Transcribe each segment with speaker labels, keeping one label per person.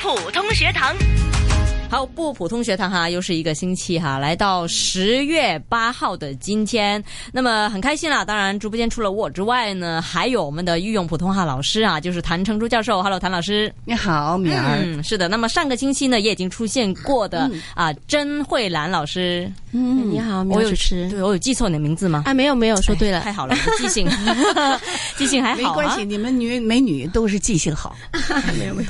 Speaker 1: 普通学堂。
Speaker 2: 好，不普通学堂哈，又是一个星期哈，来到十月八号的今天，那么很开心啦。当然，直播间除了我之外呢，还有我们的御用普通话老师啊，就是谭成珠教授。Hello，谭老师。
Speaker 3: 你好，敏儿。
Speaker 2: 嗯，是的。那么上个星期呢，也已经出现过的、啊，甄慧兰老师。
Speaker 4: 嗯，你好，苗
Speaker 2: 有
Speaker 4: 主持。
Speaker 2: 对我有记错你的名字吗？哎
Speaker 4: 啊，没有没有，说对了
Speaker 2: 太。好了，我的记 性，记性还
Speaker 3: 没
Speaker 2: 好
Speaker 3: 关
Speaker 2: 啊
Speaker 3: 系，。你们女美女都是记性好，
Speaker 2: 不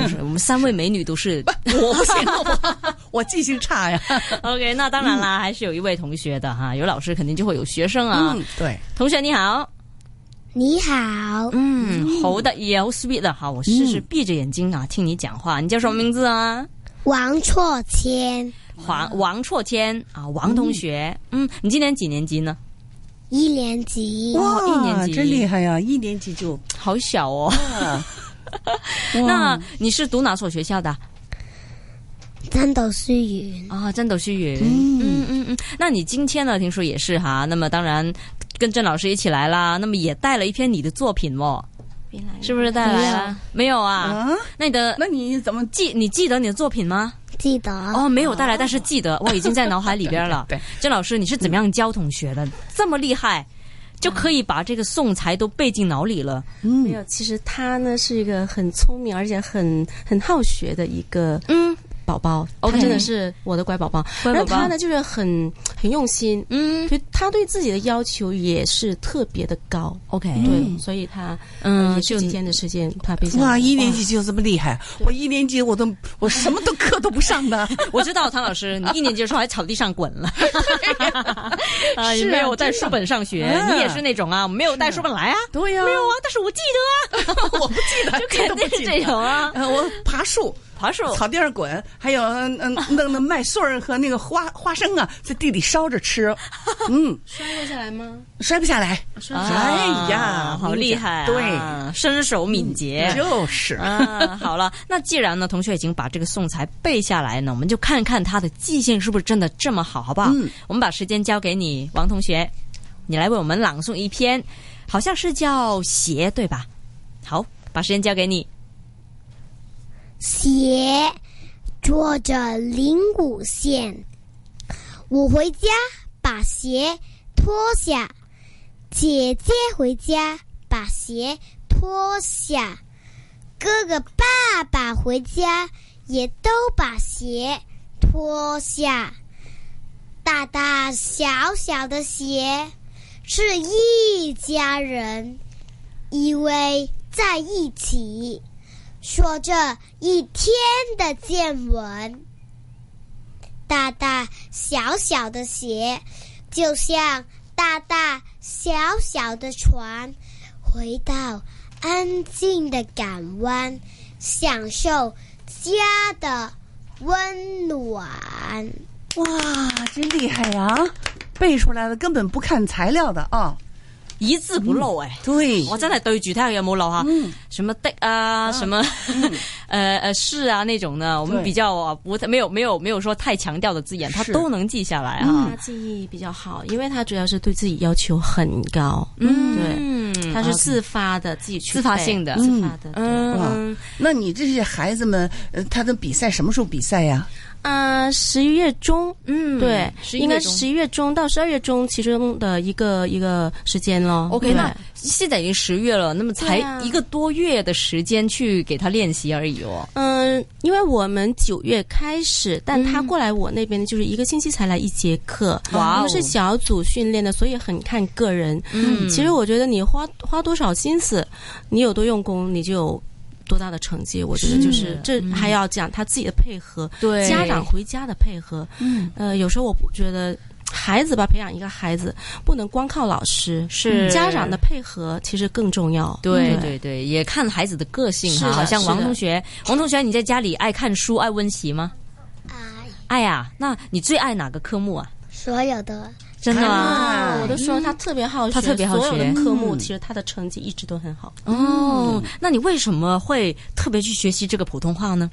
Speaker 2: 是我们三位美女都 是
Speaker 3: 我 不行，我我记性差 呀。
Speaker 2: OK。那当然啦，还是有一位同学的哈，有老师肯定就会有学生啊。
Speaker 3: 嗯，对，
Speaker 2: 同学你好，
Speaker 5: 你好，
Speaker 2: 嗯，好的，也好 sweet 的哈。我试试闭着眼睛啊，听你讲话。你叫什么名字啊？
Speaker 5: 王错谦，
Speaker 2: 黄王绰谦啊，王同学。嗯，你今年几年级呢？
Speaker 5: 一年级。
Speaker 2: 哦一年级
Speaker 3: 真厉害呀，一年级就
Speaker 2: 好小哦。
Speaker 3: 啊
Speaker 2: 那你是读哪所学校的
Speaker 5: 战斗思云，
Speaker 2: 啊？真斗虚云。嗯嗯嗯。那你今天呢？听说也是哈。那么当然跟郑老师一起来啦。那么也带了一篇你的作品哦。
Speaker 4: 别来了
Speaker 2: 是不是带来了？没有啊？
Speaker 3: 啊，
Speaker 2: 那你的
Speaker 3: 那你怎么。
Speaker 2: 记你记得你的作品吗？
Speaker 5: 记得、
Speaker 2: 哦，没有带来，但是记得，我已经在脑海里边了
Speaker 3: 啊 对对
Speaker 2: 郑老师，你是怎么样教同学的？这么厉害，就可以把这个宋词都背进脑里了。
Speaker 4: 没有，其实他呢是一个很聪明而且很很好学的一个
Speaker 2: 嗯
Speaker 4: 宝宝，他
Speaker 2: OK
Speaker 4: 真的是我的乖宝宝。
Speaker 2: 乖宝宝
Speaker 4: 然后他呢就是很很用心，
Speaker 2: 嗯
Speaker 4: 所以他对自己的要求也是特别的高。
Speaker 2: ，OK，
Speaker 4: 对，所以他
Speaker 2: 嗯
Speaker 3: 哎
Speaker 4: 也是
Speaker 2: 就
Speaker 4: 几天的时间，他被
Speaker 3: 哇？一年级就这么厉害？我一年级我都我什么都课都不上 的，
Speaker 2: 我知道，唐老师，你一年级的时候还草地上滚 了，啊，也
Speaker 3: 是啊
Speaker 2: 没有带书本上学，
Speaker 3: 真的
Speaker 2: 你也是那种啊，没有带书本来啊，
Speaker 3: 对呀
Speaker 2: 没有啊，但是我记得啊，
Speaker 3: 我不记 得，
Speaker 2: 就 肯
Speaker 3: 这都不
Speaker 2: 定
Speaker 3: 记
Speaker 2: 是
Speaker 3: 得
Speaker 2: 这种啊，
Speaker 3: 呃，我爬树。
Speaker 2: 爬树
Speaker 3: 草地上滚，还有嗯嗯弄那麦穗儿和那个花花生啊，在地里烧着吃，嗯，
Speaker 4: 摔过下来吗？
Speaker 3: 摔不下来。哎呀，
Speaker 2: 好厉
Speaker 3: 啊
Speaker 2: 害、啊
Speaker 3: 对，，嗯
Speaker 2: 身手敏捷。
Speaker 3: 就是。
Speaker 2: 啊，好了，那既然呢，同学已经把这个宋才背下来呢，我们就看看他的记性是不是真的这么好，好不好？
Speaker 3: 嗯
Speaker 2: 我们把时间交给你，王同学，你来为我们朗诵一篇，好像是叫《鞋》对吧？好，把时间交给你。
Speaker 5: 鞋，作者林谷宪。我回家把鞋脱下，姐姐回家把鞋脱下，哥哥、爸爸回家也都把鞋脱下。大大小小的鞋是一家人，依偎在一起。说这一天的见闻。大大小小的鞋，就像大大小小的船，回到安静的港湾，享受家的温暖。
Speaker 3: 哇，真厉害呀、背出来的根本不看材料的啊！
Speaker 2: 一字不漏哎、
Speaker 3: 对
Speaker 2: 我真系对住睇下有冇漏哈，啊什么的啊，什么 呃呃是啊那种呢，我们
Speaker 3: 对
Speaker 2: 比较啊不太没有没有没有说太强调的字眼，他
Speaker 3: 是
Speaker 2: 都能记下来
Speaker 4: 他
Speaker 2: 啊。
Speaker 4: 记忆比较好，因为他主要是对自己要求很高。对，
Speaker 2: 对
Speaker 4: 嗯他是自发的，自己
Speaker 2: 嗯
Speaker 4: 去
Speaker 2: 自发
Speaker 4: 背
Speaker 2: 性的
Speaker 4: 自发的。对
Speaker 2: 嗯，
Speaker 3: 那你这些孩子们，呃，他的比赛什么时候比赛呀、
Speaker 4: 啊，十一月中，
Speaker 2: 嗯
Speaker 4: 对，
Speaker 2: 11
Speaker 4: 应该
Speaker 2: 月
Speaker 4: 是
Speaker 2: 中
Speaker 4: 十一月中到十二月中其中的一个一个时间咯。
Speaker 2: OK，
Speaker 4: 对
Speaker 2: 那现在已经十月了，那么才
Speaker 4: 对啊
Speaker 2: 一个多月的时间去给他练习而已哦。
Speaker 4: 嗯，因为我们九月开始，但他过来我那边就是一个星期才来一节课，
Speaker 2: 哇哦
Speaker 4: 我们是小组训练的，所以很看个人。
Speaker 2: 嗯
Speaker 4: 其实我觉得你花花多少心思，你有多用功，你就有。多大的成绩？我觉得就是
Speaker 2: 是嗯
Speaker 4: 这还要讲他自己的配合，
Speaker 2: 对
Speaker 4: 家长回家的配合。嗯，呃，有时候我觉得孩子吧，培养一个孩子不能光靠老师，嗯
Speaker 2: 是
Speaker 4: 家长的配合其实更重要。
Speaker 2: 对对对，也看孩子的个性
Speaker 4: 是
Speaker 2: 哈。
Speaker 4: 的
Speaker 2: 好像
Speaker 4: 是
Speaker 2: 王
Speaker 4: 的
Speaker 2: 同学，王同学，你在家里爱看书、爱温习吗？
Speaker 5: 啊，
Speaker 2: 爱啊，那你最爱哪个科目啊？
Speaker 5: 所有的
Speaker 2: 真的吗？
Speaker 4: 啊，我都说他特别好学，
Speaker 2: 他特别好学嗯
Speaker 4: 所有的科目其实他的成绩一直都很好。
Speaker 2: 哦，那你为什么会特别去学习这个普通话呢？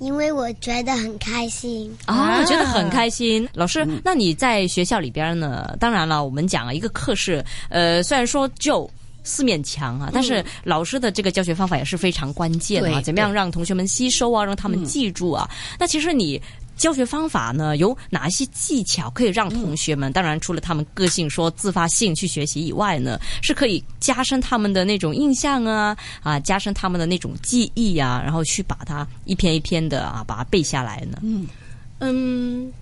Speaker 5: 因为我觉得很开心。
Speaker 2: 啊，我觉得很开心。老师，
Speaker 4: 嗯
Speaker 2: 那你在学校里边呢？当然了，我们讲了一个课是，呃，虽然说就。四面墙啊。但是老师的这个教学方法也是非常关键啊，
Speaker 4: 嗯对嗯
Speaker 2: 怎么样让同学们吸收啊，让他们记住啊。那其实你。教学方法呢，有哪一些技巧可以让同学
Speaker 4: 嗯
Speaker 2: 们，当然除了他们个性说自发性去学习以外呢，是可以加深他们的那种印象啊啊，加深他们的那种记忆啊，然后去把它一篇一篇的啊把它背下来呢？
Speaker 4: 嗯，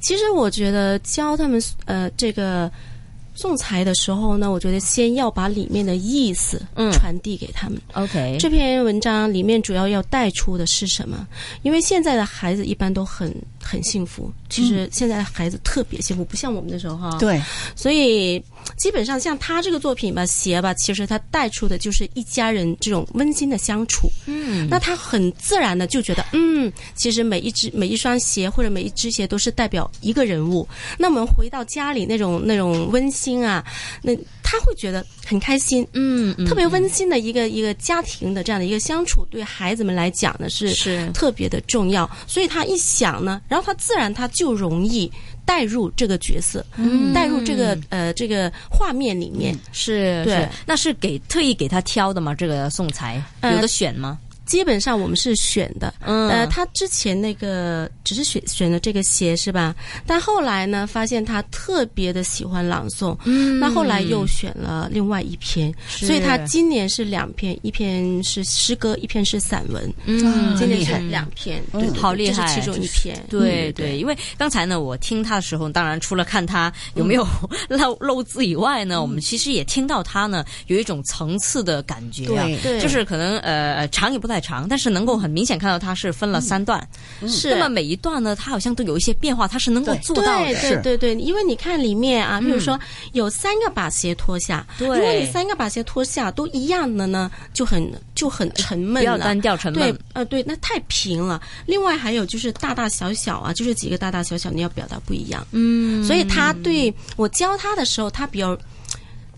Speaker 4: 其实我觉得教他们呃这个仲裁的时候呢，我觉得先要把里面的意思
Speaker 2: 嗯
Speaker 4: 传递给他们。
Speaker 2: OK，
Speaker 4: 这篇文章里面主要要带出的是什么？因为现在的孩子一般都很很幸福，其实现在的孩子特别幸福，不像我们那时候哈。，
Speaker 3: 啊对，
Speaker 4: 所以基本上像他这个作品吧，写吧，其实他带出的就是一家人这种温馨的相处。
Speaker 2: 嗯
Speaker 4: 那他很自然的就觉得，嗯，其实每一只每一双鞋或者每一只鞋都是代表一个人物。那我们回到家里那种那种温馨啊，那他会觉得很开心。
Speaker 2: 嗯嗯
Speaker 4: 特别温馨的一个一个家庭的这样的一个相处，对孩子们来讲呢是
Speaker 2: 是
Speaker 4: 特别的重要。所以他一想呢，然后他自然他就容易带入这个角色，
Speaker 2: 嗯
Speaker 4: 带入这个呃这个画面里面。
Speaker 2: 是
Speaker 4: 对
Speaker 2: 是那是给特意给他挑的吗？这个送材有
Speaker 4: 呃
Speaker 2: 的选吗？
Speaker 4: 基本上我们是选的，
Speaker 2: 嗯
Speaker 4: 呃，他之前那个只是选选的这个鞋是吧？但后来呢，发现他特别的喜欢朗诵，
Speaker 2: 嗯
Speaker 4: 那后来又选了另外一篇，
Speaker 2: 是
Speaker 4: 所以他今年是两篇，一篇是诗歌，一篇是散文。
Speaker 2: 嗯
Speaker 4: 今天
Speaker 3: 厉
Speaker 4: 是
Speaker 3: 害
Speaker 4: 两篇，对对对
Speaker 2: 好厉
Speaker 4: 这
Speaker 2: 害
Speaker 4: 是其中一篇。
Speaker 2: 对
Speaker 4: 嗯
Speaker 2: 对，因为刚才呢，我听他的时候，当然除了看他有没有 漏漏字以外呢，我们其实也听到他呢有一种层次的感觉啊
Speaker 3: 对，
Speaker 4: 对
Speaker 2: 就是可能呃呃长也不太长，但是能够很明显看到他是分了三段，
Speaker 4: 是
Speaker 2: 那么每一段呢，他好像都有一些变化，他是能够
Speaker 3: 对
Speaker 2: 做到的。嗯
Speaker 3: 是
Speaker 4: 对对对对，因为你看里面啊，比如说有三个把鞋脱下，
Speaker 2: 对
Speaker 4: 如果你三个把鞋脱下都一样的呢，就很就很沉
Speaker 2: 不
Speaker 4: 闷
Speaker 2: 要
Speaker 4: 了
Speaker 2: 单。调沉
Speaker 4: 对
Speaker 2: 闷，，
Speaker 4: 呃，对，那太平了。另外还有就是大大小小啊，就是几个大大小小，你要表达不一样。
Speaker 2: 嗯，
Speaker 4: 所以他对我教他的时候，他比较，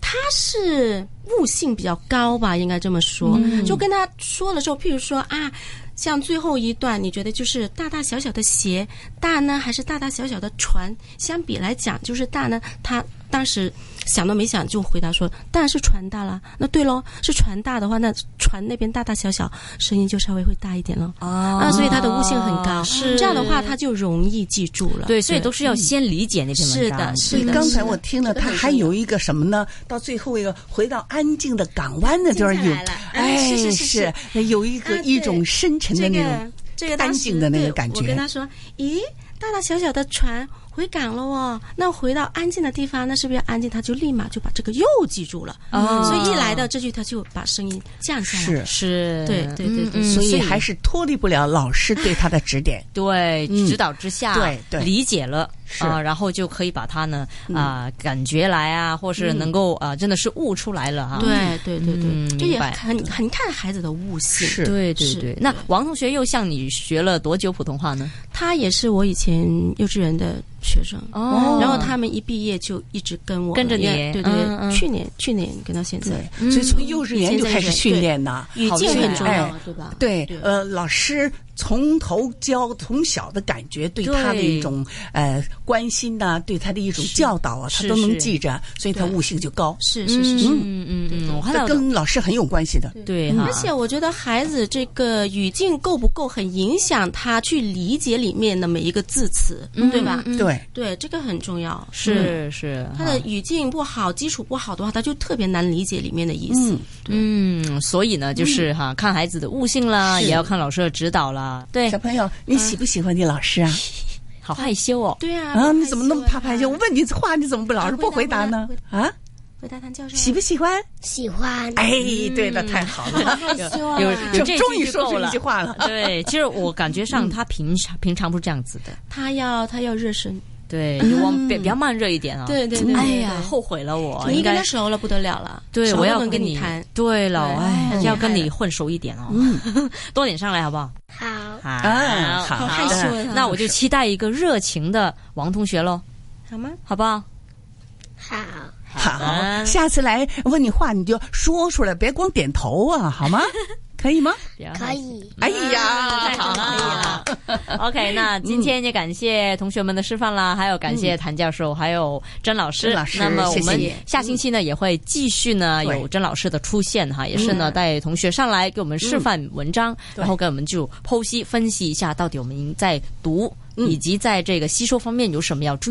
Speaker 4: 他是悟性比较高吧，应该这么说。就跟他说的时候，譬如说啊，像最后一段，你觉得就是大大小小的鞋，大呢还是大大小小的船？相比来讲，就是大呢，他当时。想都没想就回答说：“当然是船大啦。”那对喽，是船大的话，那船那边大大小小，声音就稍微会大一点喽。
Speaker 2: 啊
Speaker 4: 啊，所以他的悟性很高，
Speaker 2: 是
Speaker 4: 这样的话，他就容易记住了。
Speaker 2: 对，所以都是要先理解那篇
Speaker 4: 是
Speaker 2: 文章。
Speaker 4: 的，是的。
Speaker 3: 刚
Speaker 4: 是
Speaker 3: 才
Speaker 4: 的
Speaker 3: 我听了，
Speaker 4: 这个
Speaker 3: 他
Speaker 4: 很
Speaker 3: 还
Speaker 4: 重要
Speaker 3: 有一个什么呢？到最后一个回到安静的港湾的就是
Speaker 4: 静
Speaker 3: 有
Speaker 4: 下来了，
Speaker 3: 哎，
Speaker 4: 嗯是是是
Speaker 3: 是有一个
Speaker 4: 啊
Speaker 3: 一
Speaker 4: 对
Speaker 3: 种深沉的
Speaker 4: 这
Speaker 3: 那
Speaker 4: 个
Speaker 3: 种
Speaker 4: 这个
Speaker 3: 干
Speaker 4: 当时
Speaker 3: 净的那个
Speaker 4: 对
Speaker 3: 感
Speaker 4: 我跟
Speaker 3: 觉。
Speaker 4: 他说：“咦，大大小小的船回港了哦，那回到安静的地方，那是不是要安静？”他就立马就把这个又记住了。
Speaker 2: 哦
Speaker 4: 所以一来到这句，他就把声音降下来。
Speaker 3: 是
Speaker 2: 是，
Speaker 4: 对对对对
Speaker 2: 嗯
Speaker 3: 所以还是脱离不了老师对他的指点。
Speaker 2: 对
Speaker 3: 嗯
Speaker 2: 指导之下，
Speaker 3: 对对
Speaker 2: 理解了
Speaker 3: 是
Speaker 2: 啊、然后就可以把它呢啊、感觉来啊，或是能够啊、真的是悟出来了啊。
Speaker 4: 对对对
Speaker 2: 嗯
Speaker 4: 对，这
Speaker 2: 明
Speaker 4: 也
Speaker 2: 白
Speaker 4: 很很看孩子的悟性。
Speaker 3: 是
Speaker 2: 对对
Speaker 4: 是
Speaker 2: 对，那王同学又向你学了多久普通话呢？
Speaker 4: 他也是我以前幼稚园的学生。
Speaker 2: 哦
Speaker 4: 然后他们一毕业就一直跟我
Speaker 2: 跟着你
Speaker 4: 因为对对对，
Speaker 2: 嗯嗯
Speaker 4: 去年去年跟到现在，
Speaker 3: 对，所以从幼稚园就开始训练呢。
Speaker 4: 语
Speaker 2: 好
Speaker 4: 境
Speaker 2: 厉害
Speaker 4: 很重要
Speaker 3: 哎
Speaker 4: 啊，对吧？
Speaker 3: 对
Speaker 4: 对，
Speaker 3: 呃，老师从头教，从小的感觉对他的一种呃关心呐、对他的一种教导啊，他
Speaker 2: 是
Speaker 3: 都能
Speaker 2: 是
Speaker 3: 记着，所以他
Speaker 4: 对
Speaker 3: 悟性就高，
Speaker 4: 是是是是。
Speaker 2: 嗯嗯嗯嗯，我看
Speaker 3: 这
Speaker 2: 到
Speaker 3: 跟老师很有关系的。
Speaker 2: 对哈，
Speaker 4: 嗯而且我觉得孩子这个语境够不够，很影响他去理解里面的每一个字词，对吧？
Speaker 3: 对，
Speaker 4: 对，这个很重要。嗯
Speaker 2: 嗯是是
Speaker 4: 他的语境不好，基础不好的话，他就特别难理解里面的意思。
Speaker 3: 嗯
Speaker 2: 嗯，所以呢，就是哈，看孩子的悟性啦，
Speaker 3: 是
Speaker 2: 也要看老师的指导啦。对
Speaker 3: 小，朋友，你喜不喜欢你老师啊？
Speaker 2: 好害羞哦。
Speaker 4: 对啊，
Speaker 3: 啊，你怎么那么怕害羞？
Speaker 4: 啊
Speaker 3: 我问你这话，你怎么不老是不回答嗯呢
Speaker 4: 回？
Speaker 3: 啊，
Speaker 4: 回答谭教授啊，
Speaker 3: 喜不喜欢？
Speaker 5: 喜欢
Speaker 3: 哎，对了，太好了，
Speaker 4: 羞啊
Speaker 2: 有有
Speaker 3: 就
Speaker 2: 这
Speaker 3: 终于
Speaker 2: 句就
Speaker 3: 说
Speaker 2: 够
Speaker 3: 出一
Speaker 2: 了
Speaker 3: 嗯句话 了。嗯
Speaker 2: 对，其实我感觉
Speaker 4: 嗯
Speaker 2: 上他平常平常不是这样子的，
Speaker 4: 他要他要热身，
Speaker 2: 对，就往比比较慢热一点啊。
Speaker 4: 嗯对对对对
Speaker 2: 哎呀，
Speaker 4: 对对
Speaker 2: 后悔了我，
Speaker 4: 你
Speaker 2: 应
Speaker 4: 跟
Speaker 2: 该
Speaker 4: 他熟了不得了了，
Speaker 2: 对
Speaker 4: 熟
Speaker 2: 我
Speaker 4: 了
Speaker 2: 要
Speaker 4: 能跟
Speaker 2: 你
Speaker 4: 你谈。
Speaker 2: 对了，
Speaker 4: 对
Speaker 2: 哎
Speaker 4: 太，厉
Speaker 2: 要跟
Speaker 4: 害
Speaker 2: 你
Speaker 4: 了嗯
Speaker 2: 混熟一点哦，多点上来好不好？
Speaker 5: 好，
Speaker 2: 好
Speaker 3: 啊好
Speaker 4: 害羞啊
Speaker 2: 那我就期待一个热情的王同学喽，
Speaker 4: 好吗？
Speaker 2: 好不好？
Speaker 5: 好。
Speaker 3: 好，
Speaker 2: 的
Speaker 3: 下次来问你话你就说出来，别光点头啊，好吗？可以吗？
Speaker 5: 可以。
Speaker 3: 哎呀，
Speaker 2: 太好啊了 ！OK，那今天也感谢同学们的示范啦，还有感谢谭教授，还有甄老师。
Speaker 3: 甄嗯老师
Speaker 2: 那么我们
Speaker 3: 谢谢
Speaker 2: 下星期呢也会继续呢
Speaker 3: 对嗯
Speaker 2: 有甄老师的出现哈，也是呢带同学上来给我们示范文章，然后给我们
Speaker 3: 嗯
Speaker 2: 就剖析分析一下到底我们在读以及在这个吸收方面有什么要注意。